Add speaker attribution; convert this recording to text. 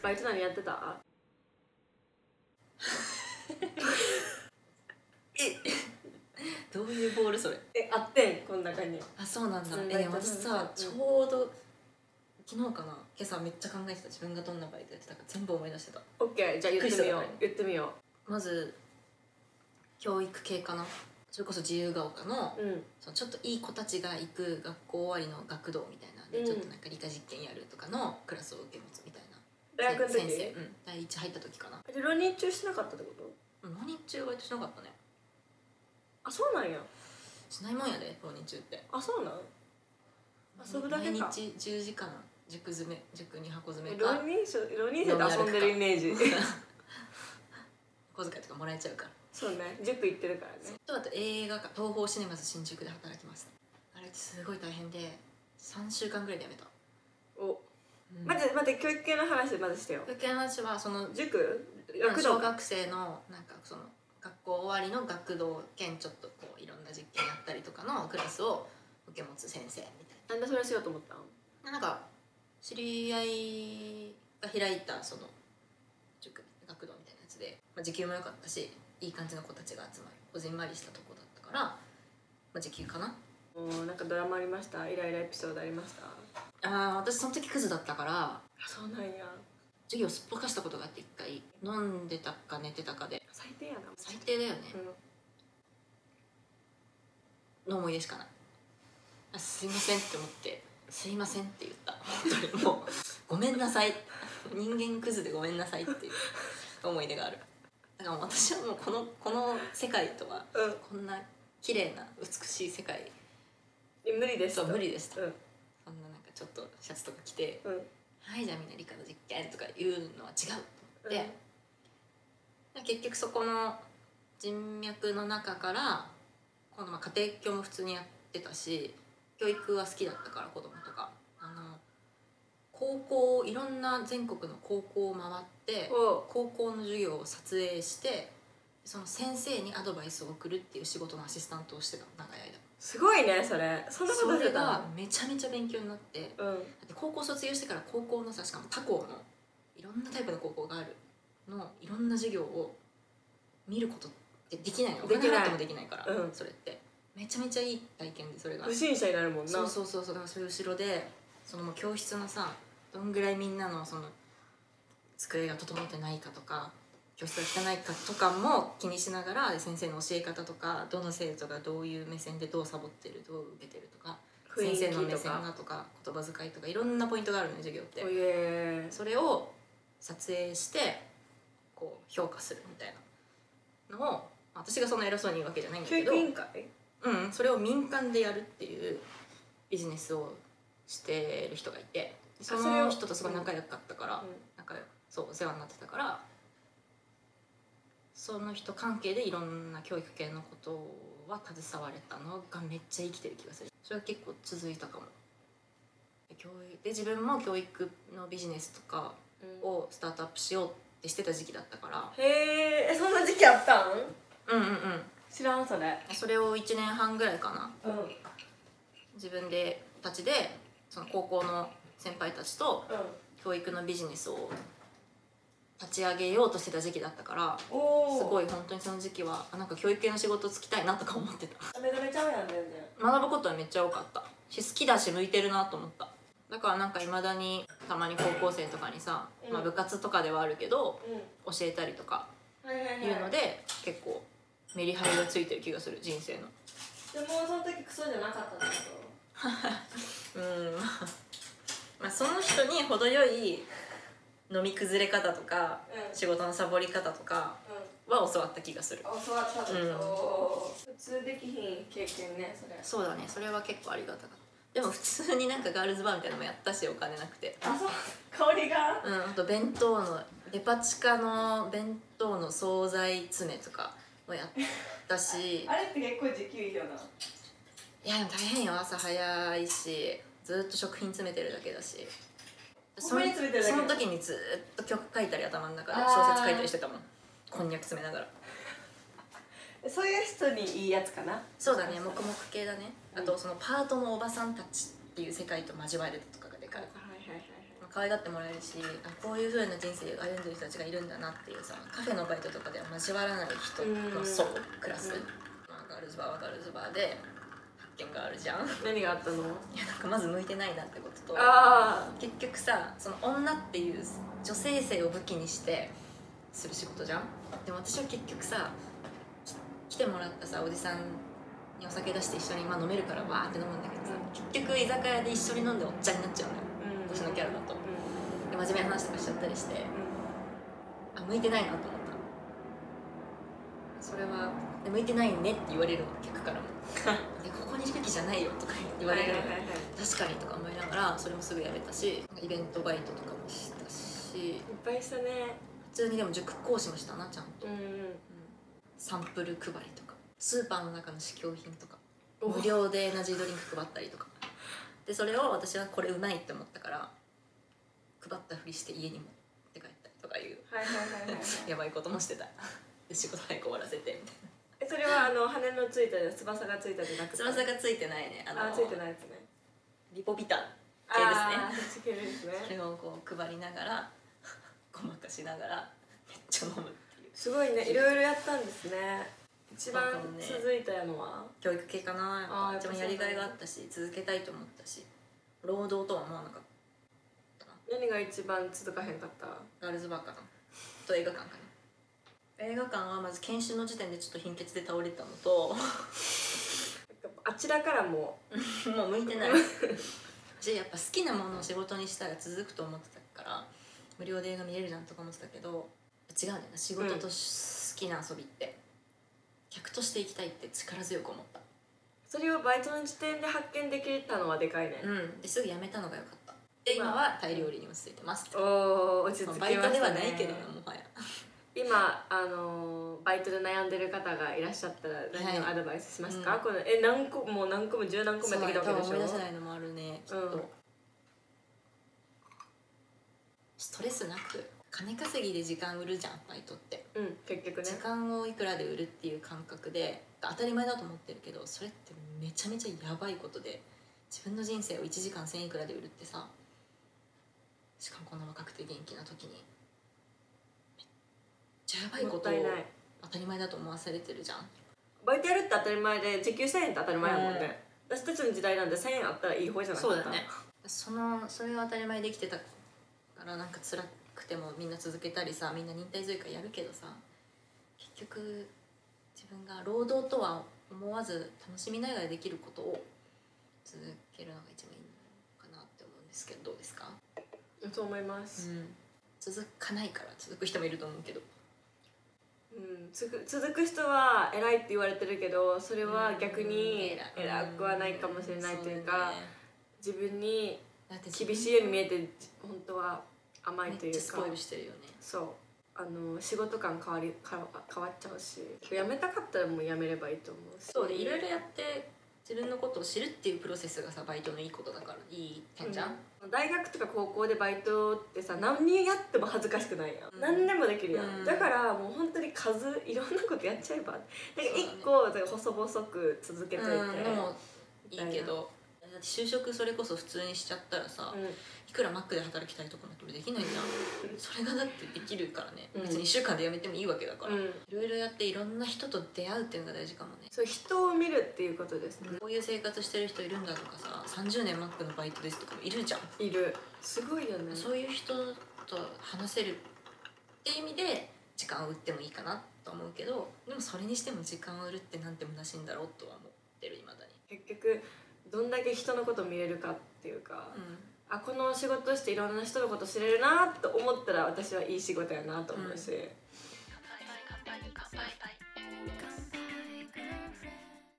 Speaker 1: かいつ何やってた
Speaker 2: どういうボールそれ
Speaker 1: えあってんこん中に
Speaker 2: あそうなんだ
Speaker 1: うん
Speaker 2: え
Speaker 1: バイト
Speaker 2: 私さち
Speaker 1: うん
Speaker 2: ょうど昨日かな今朝めっちゃ考えてた自分がどんなバイトやってたか全部思い出してた
Speaker 1: オッケーじゃあ言ってみよう
Speaker 2: クイズだから
Speaker 1: 言ってみよ
Speaker 2: まず教育系かなそれこそ自由が丘の
Speaker 1: ううん
Speaker 2: そのちょっといい子たちが行く学校終わりの学童みたいなで、
Speaker 1: うん
Speaker 2: ちょっとなんか理科実験やるとかのクラスを受け持つみたいな
Speaker 1: 大学の時
Speaker 2: 先生、うん、第一入った時かな
Speaker 1: えで浪人中してなかったってこと
Speaker 2: 浪人中バイトしなかったね
Speaker 1: あそうなんや
Speaker 2: しないもんやで浪人中って
Speaker 1: あそうなん遊ぶだけか
Speaker 2: 毎日10時間塾詰め塾に箱詰
Speaker 1: え
Speaker 2: めか
Speaker 1: 浪人生浪人生で遊んでるイメ ージ
Speaker 2: 小遣いとかもらえちゃうから
Speaker 1: そうね塾行ってるからね
Speaker 2: とあと映画館東宝シネマズ新宿で働きましたあれってすごい大変で3週間ぐらいで辞めた、
Speaker 1: お
Speaker 2: うん、
Speaker 1: 待って待って教育系の話まずしてよ
Speaker 2: 受験話はその
Speaker 1: 塾学
Speaker 2: 小
Speaker 1: 童
Speaker 2: 学生のなんかその学校終わりの学童兼ちょっとこういろんな実験やったりとかのクラスを受け持つ先生みたい
Speaker 1: なんでそれしようと思ったの
Speaker 2: ななんか知り合いが開いたその塾学童みたいなやつで、まあ、時給も良かったしいい感じの子たちが集まるこじんまりしたとこだったから、まあ、時給かな
Speaker 1: おなんかドラマありましたイライラエピソードありましたあ
Speaker 2: あー私その時クズだったから
Speaker 1: そうなんや
Speaker 2: 授業すっぽかしたことがあって一回飲んでたか寝てたかで
Speaker 1: 最低やな
Speaker 2: 最低だよね
Speaker 1: う
Speaker 2: の思い出しかないあすいませんって思って「すいません」って言った本当にもう「ごめんなさい」人間クズでごめんなさいっていう思い出があるだからもう私はもうこのこの世界とは
Speaker 1: ん、うん
Speaker 2: こんな綺麗な美しい世界
Speaker 1: え、無理です
Speaker 2: そう無理でした
Speaker 1: うん
Speaker 2: そんななんかちょっとシャツとか着て
Speaker 1: うん
Speaker 2: 「はいじゃあみんな理科の実験」とか言うのは違う
Speaker 1: うん
Speaker 2: で結局そこの人脈の中から今度まあ家庭教も普通にやってたし教育は好きだったから子供とかあの高校いろんな全国の高校を回って
Speaker 1: お
Speaker 2: 高校の授業を撮影してその先生にアドバイスを送るっていう仕事のアシスタントをしてた長い間
Speaker 1: すごいねそれそんなこと
Speaker 2: そ
Speaker 1: して
Speaker 2: れ
Speaker 1: た
Speaker 2: が
Speaker 1: の
Speaker 2: めちゃめちゃ勉強になってだ
Speaker 1: うん
Speaker 2: って高校卒業してから高校のさしかも他校のいろんなタイプの高校があるのいろんな授業を見ることってできないのお
Speaker 1: できない
Speaker 2: 金払ってもできないから、
Speaker 1: うん
Speaker 2: それってめちゃめちゃいい体験でそれが
Speaker 1: 不審者になるもんな
Speaker 2: そうそうそうそうだからそれ後ろでそのもう教室のさどんぐらいみんなのその机が整ってないかとか教室が汚いかとかも気にしながらで先生の教え方とかどの生徒がどういう目線でどうサボってるどう受けてるとか
Speaker 1: 雰囲
Speaker 2: 先
Speaker 1: 気
Speaker 2: 生の目
Speaker 1: と
Speaker 2: 線
Speaker 1: か
Speaker 2: がとか言葉遣いとかいろんなポイントがあるのよ授業って
Speaker 1: お。いえ
Speaker 2: それを撮影してこう評価するみたいなのを私がそんな偉そうに言うわけじゃないんだ
Speaker 1: 教
Speaker 2: けど
Speaker 1: 育委員会
Speaker 2: うん、それを民間でやるっていうビジネスをしてる人がいてそ
Speaker 1: それ
Speaker 2: の
Speaker 1: を
Speaker 2: 人とすごい仲良かったから、仲良そうお世話になってたからその人関係でいろんな教育系のことは携われたのがめっちゃ生きてる気がするそれは結構続いたかも教育で自分も教育のビジネスとか
Speaker 1: うん
Speaker 2: をスタートアップしようってしてた時期だったか
Speaker 1: へええそんな時期あったん
Speaker 2: らうんうん
Speaker 1: 知らんそれ
Speaker 2: うんそれを1年半ぐらいかな
Speaker 1: うんうん
Speaker 2: 自分でたちでその高校の先輩たちと教育のビジネスを立ち上げようとしてた時期だったから
Speaker 1: おお
Speaker 2: す
Speaker 1: い
Speaker 2: ごい本当にその時期はあなんか教育系の仕事つきたいなとか思ってた
Speaker 1: めちゃめちゃうやん全然
Speaker 2: 学ぶことはめっちゃ多かったし好きだし向いてるなと思っただからなんかいまだにたまに高校生とかにさ、
Speaker 1: うん
Speaker 2: まあ、部活とかではあるけど
Speaker 1: う
Speaker 2: 教えたりとか
Speaker 1: んはいはい
Speaker 2: いうので結構メリハリがついてる気がする人生の
Speaker 1: でもその時クソじゃなかったってこ
Speaker 2: うん まあその人に程よい飲み崩れ方とか
Speaker 1: とうん
Speaker 2: 仕事のサボり方とかは教わった気がする
Speaker 1: 教わったって
Speaker 2: うん
Speaker 1: こと普通できひん経験ねそれ
Speaker 2: そうだねそれは結構ありがたかったでも普通になんかガールズバーみたいなのもやったしお金なくて
Speaker 1: あそう香りが
Speaker 2: うんあと弁当のデパ地下の弁当の惣菜詰めとかもやったし
Speaker 1: あれって結構時給いいよない
Speaker 2: やでも大変よ朝早いしずっと食品詰めてるだけだし
Speaker 1: お米詰めてるだけ
Speaker 2: その時にずっと曲書いたり頭の中で
Speaker 1: あー
Speaker 2: 小説書いたりしてたもんこんにゃく詰めながら
Speaker 1: そういう人にいいやつかな
Speaker 2: そうだね黙々系だね
Speaker 1: うん
Speaker 2: あとそのパートのおばさんたちっていう世界と交われたとかがでかい
Speaker 1: はい
Speaker 2: 可愛がってもらえるしあこういう風な人生を歩んでる人たちがいるんだなっていうさカフェのバイトとかでは交わらない人の層
Speaker 1: うん
Speaker 2: クラス、
Speaker 1: うん
Speaker 2: まあ、ガールズバーはガールズバーで発見があるじゃん い
Speaker 1: 何があったの
Speaker 2: やなんかまず向いてないなってことと
Speaker 1: あ
Speaker 2: 結局さその女っていう女性性を武器にしてする仕事じゃんでも私は結局さき来てもらったさおじさんにお酒出して一緒に、まあ、飲めるからわーって飲むんだけどさ結局居酒屋で一緒に飲んでおっちゃんになっちゃうのよ
Speaker 1: あ
Speaker 2: 私のキャラだとで真面目な話とかしちゃったりしてあ向いてないなと思ったそれはで向いてないねって言われるの客 からもでここにいるべきじゃないよとか言われるのよ
Speaker 1: い
Speaker 2: 確かにとか思いながらそれもすぐやめたしイベントバイトとかもしたし
Speaker 1: っぱいしたね
Speaker 2: 普通にでも塾講師もしたなちゃんと、
Speaker 1: うん
Speaker 2: サンプル配りとかスーパーの中の試供品とか
Speaker 1: お
Speaker 2: 無料でエナジードリンク配ったりとかでそれを私はこれうまいって思ったから配ったふりして家に持って帰ったりとかいう
Speaker 1: はいはいはいはい
Speaker 2: やばいこともしてたで仕事早く終わらせてみたい
Speaker 1: えそれはあの羽のついた翼がついたじゃなくて
Speaker 2: な翼がついてないねあの
Speaker 1: あついてないやつね
Speaker 2: リポビタン系ですね
Speaker 1: あーそっち系ですね
Speaker 2: それをこう配りながら ごまかしながらめっちゃ飲むっていう
Speaker 1: すごいねいろいろやったんですね一番
Speaker 2: なんかもうね
Speaker 1: 続いたのは
Speaker 2: 教育系かな
Speaker 1: あーやっ
Speaker 2: 一
Speaker 1: ぱ
Speaker 2: 番やりがいがあったし続けたいと思ったし労働とは思わなかっ
Speaker 1: 何が一番続かへんかった
Speaker 2: たガールズバー かなと映画館かな映画館はまず研修の時点でちょっと貧血で倒れたのと
Speaker 1: あちらからも
Speaker 2: もう向いてないしやっぱ好きなものを仕事にしたら続くと思ってたから無料で映画見れるじゃんとか思ってたけど違うんだよな仕事とし好きな遊びって、客として行きたいって力強く思った
Speaker 1: それをバイトの時点で発見できたのはでかいね、
Speaker 2: うん、ですぐ辞めたのが良かったで今はタイ料理に落ち着いてます
Speaker 1: おお落ち着きま
Speaker 2: バ
Speaker 1: し
Speaker 2: イ
Speaker 1: たね
Speaker 2: トではないけどなもはや
Speaker 1: 今あのーバイトで悩んでる方がいらっしゃったら何を
Speaker 2: はい
Speaker 1: アドバイスしますか、
Speaker 2: うん
Speaker 1: これえ何個もう何個も十何個もやってきたわけでし
Speaker 2: そう
Speaker 1: ょ
Speaker 2: や多分思い出せないのもあるねきっと、
Speaker 1: うん
Speaker 2: ストレスなく金稼ぎで時間売るじゃんバイトって、
Speaker 1: うん結局ね
Speaker 2: 時間をいくらで売るっていう感覚で当たり前だと思ってるけどそれってめちゃめちゃやばいことで自分の人生を1時間1000いくらで売るってさしかもこんな若くて元気な時にめっちゃやばい
Speaker 1: も
Speaker 2: こ
Speaker 1: っ
Speaker 2: と
Speaker 1: た
Speaker 2: を
Speaker 1: いない
Speaker 2: 当たり前だと思わされてるじゃん
Speaker 1: バイトやるって当たり前で時給1000円って当たり前やもんね、私たちの時代なんで1000円あったらいい方じゃない
Speaker 2: そうだねそのそれが当たり前できてたからなんか辛くてもみんな続けたりさみんな忍耐強いからやるけどさ結局自分が労働とは思わず楽しみながらできることを続けるのが一番いいのかなって思うんですけどどうですか、
Speaker 1: そう思います、
Speaker 2: 続かないから続く人もいると思うけど
Speaker 1: うん、つく続く人は偉いって言われてるけどそれは逆に
Speaker 2: うん
Speaker 1: 偉くはないかもしれないというか、
Speaker 2: んそうだよね
Speaker 1: 自分に
Speaker 2: だって
Speaker 1: 厳しいように見えて本当は甘いとい
Speaker 2: めっちゃ
Speaker 1: う
Speaker 2: ス
Speaker 1: か
Speaker 2: ポイルしてるよね
Speaker 1: そうあの仕事感変わり変わ変わっちゃうし辞めたかったらもう辞めればいいと思うし
Speaker 2: そうでいろいろやって自分のことを知るっていうプロセスがさバイトのいいことだからいい点じゃん、
Speaker 1: うん大学とか高校でバイトってさ何やっても恥ずかしくないやん、
Speaker 2: うん
Speaker 1: 何でもできるやん、
Speaker 2: うん
Speaker 1: だからもう本当に数いろんなことやっちゃえばだから
Speaker 2: そうだね
Speaker 1: 一個だから細々く続けといて、
Speaker 2: うんでもい
Speaker 1: み
Speaker 2: い
Speaker 1: たい
Speaker 2: け
Speaker 1: な
Speaker 2: どだって就職それこそ普通にしちゃったらさ、
Speaker 1: う
Speaker 2: いくらマックで働きたいとかなって俺できないじゃんそれがだってできるからね、
Speaker 1: うん
Speaker 2: 別に1週間で辞めてもいいわけだから、
Speaker 1: ん、う
Speaker 2: い
Speaker 1: ん、
Speaker 2: ろいろやっていろんな人と出会うっていうのが大事かもね、
Speaker 1: そう人を見るっていうことですね、
Speaker 2: こういう生活してる人いるんだとかさ30年マックのバイトですとかもいるじゃん、
Speaker 1: いるすごいよね
Speaker 2: そういう人と話せるっていう意味で時間を売ってもいいかなと思うけどでもそれにしても時間を売るってなんて虚しいんだろうとは思ってるいまだに、
Speaker 1: 結局どんだけ人のこと見れるかっていうか、あこの仕事していろんな人のこと知れるなと思ったら私はいい仕事やなと思うし、
Speaker 2: 乾杯乾杯乾杯乾杯